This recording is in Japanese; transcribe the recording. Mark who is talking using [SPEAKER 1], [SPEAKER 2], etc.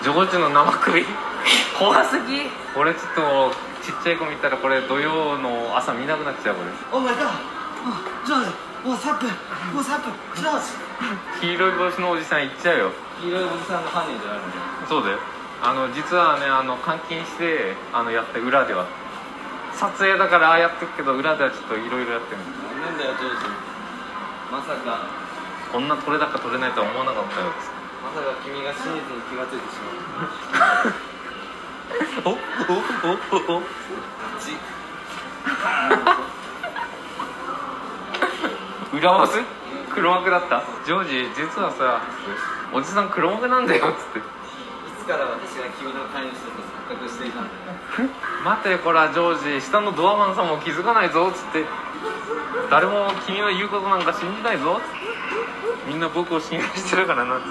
[SPEAKER 1] ジョゴジの生 首
[SPEAKER 2] 怖すぎ
[SPEAKER 1] これちょっとちっちゃい子見たらこれ土曜の朝見なくなっちゃうこれ
[SPEAKER 3] お前だじゃあもう3分もう3分クローズ
[SPEAKER 1] 黄色い帽子のおじさん行っちゃうよ
[SPEAKER 4] 黄色いおじさんの犯人じゃないのね
[SPEAKER 1] そうだよあの実はねあの監禁してあのやって裏では撮影だからああやってるけど裏ではちょっといろいろやってるんです
[SPEAKER 4] 残念だよジョージまさか
[SPEAKER 1] こんな撮れ高撮れないとは思わなかったよ
[SPEAKER 4] まさか君が真実に気がついてしまう
[SPEAKER 1] おおおおお
[SPEAKER 4] ち
[SPEAKER 1] 裏バス黒幕だったジョージ実はさおじさん黒幕なんだよっつって
[SPEAKER 4] いつから私が君の飼い主だと錯覚していたんだよ
[SPEAKER 1] 待てこらジョージ下のドアマンさんも気づかないぞっつって誰も君の言うことなんか信じないぞっつってみんな僕を信用してるからなっつっ